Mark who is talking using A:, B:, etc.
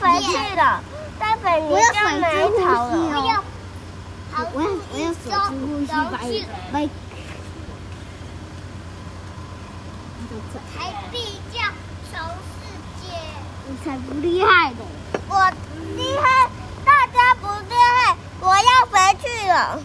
A: 没去了，在北宁
B: 我要
A: 就
B: 反
A: 没
B: 之
A: 头
B: 呼吸
A: 了。
B: 哦。我要我要反之呼吸，把把
C: 才必叫从世界。
B: 你才不厉害的。
A: 我厉害，大家不厉害，我要回去了。